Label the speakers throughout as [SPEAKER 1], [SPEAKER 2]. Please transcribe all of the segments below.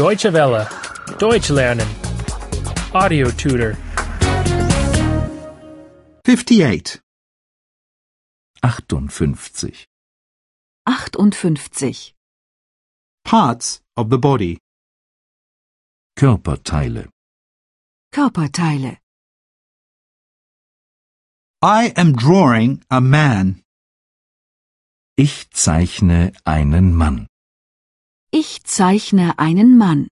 [SPEAKER 1] Deutsche Welle. Deutsch lernen. Audio tutor.
[SPEAKER 2] 58. 58.
[SPEAKER 3] 58.
[SPEAKER 2] Parts of the body. Körperteile.
[SPEAKER 3] Körperteile.
[SPEAKER 2] I am drawing a man. Ich zeichne einen Mann.
[SPEAKER 3] Ich zeichne einen Mann.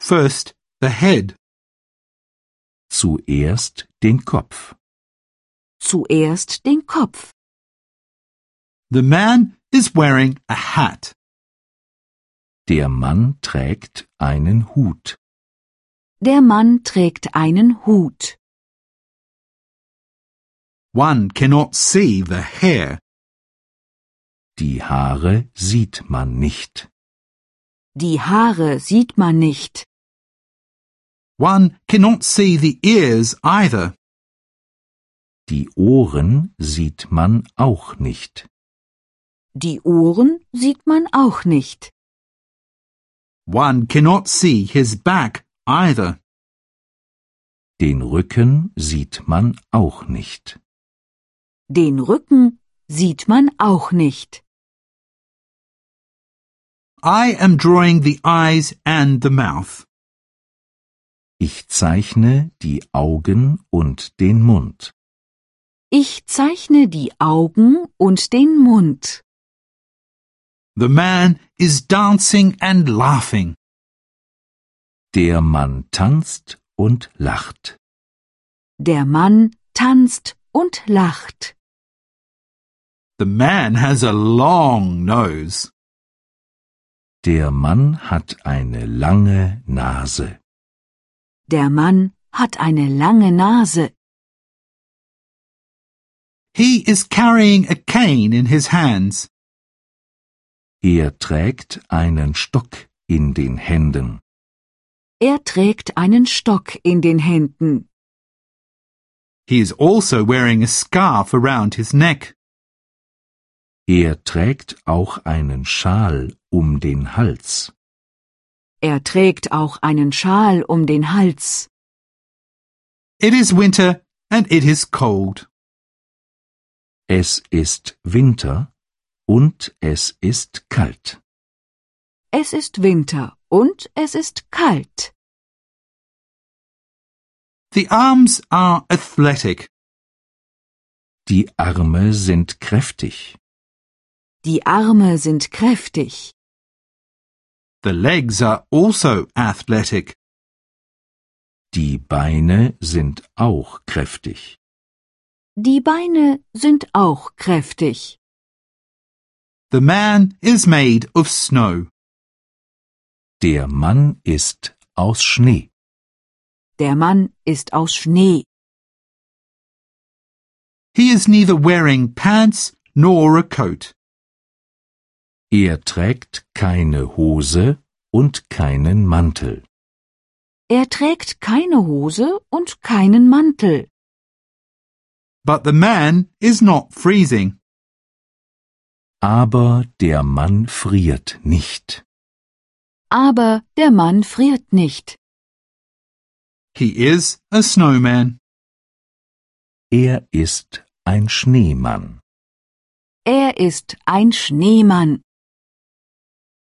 [SPEAKER 2] First, the head. Zuerst den Kopf.
[SPEAKER 3] Zuerst den Kopf.
[SPEAKER 2] The man is wearing a hat. Der Mann trägt einen Hut.
[SPEAKER 3] Der Mann trägt einen Hut.
[SPEAKER 2] One cannot see the hair. Die Haare sieht man nicht.
[SPEAKER 3] Die Haare sieht man nicht.
[SPEAKER 2] One cannot see the ears either. Die Ohren sieht man auch nicht.
[SPEAKER 3] Die Ohren sieht man auch nicht.
[SPEAKER 2] One cannot see his back either. Den Rücken sieht man auch nicht.
[SPEAKER 3] Den Rücken sieht man auch nicht.
[SPEAKER 2] I am drawing the eyes and the mouth. Ich zeichne die Augen und den Mund.
[SPEAKER 3] Ich zeichne die Augen und den Mund.
[SPEAKER 2] The man is dancing and laughing. Der Mann tanzt und lacht.
[SPEAKER 3] Der Mann tanzt und lacht.
[SPEAKER 2] The man has a long nose. Der Mann hat eine lange Nase.
[SPEAKER 3] Der Mann hat eine lange Nase.
[SPEAKER 2] He is carrying a cane in his hands. Er trägt einen Stock in den Händen.
[SPEAKER 3] Er trägt einen Stock in den Händen.
[SPEAKER 2] He is also wearing a scarf around his neck. Er trägt auch einen Schal um den Hals.
[SPEAKER 3] Er trägt auch einen Schal um den Hals.
[SPEAKER 2] It is winter and it is cold. Es ist Winter und es ist kalt.
[SPEAKER 3] Es ist Winter und es ist kalt.
[SPEAKER 2] The arms are athletic. Die Arme sind kräftig.
[SPEAKER 3] Die Arme sind kräftig.
[SPEAKER 2] The legs are also athletic. Die Beine sind auch kräftig.
[SPEAKER 3] Die Beine sind auch kräftig.
[SPEAKER 2] The man is made of snow. Der Mann ist aus Schnee.
[SPEAKER 3] Der Mann ist aus Schnee.
[SPEAKER 2] He is neither wearing pants nor a coat. Er trägt keine Hose und keinen Mantel.
[SPEAKER 3] Er trägt keine Hose und keinen Mantel.
[SPEAKER 2] But the man is not freezing. Aber der Mann friert nicht.
[SPEAKER 3] Aber der Mann friert nicht.
[SPEAKER 2] He is a snowman. Er ist ein Schneemann.
[SPEAKER 3] Er ist ein Schneemann.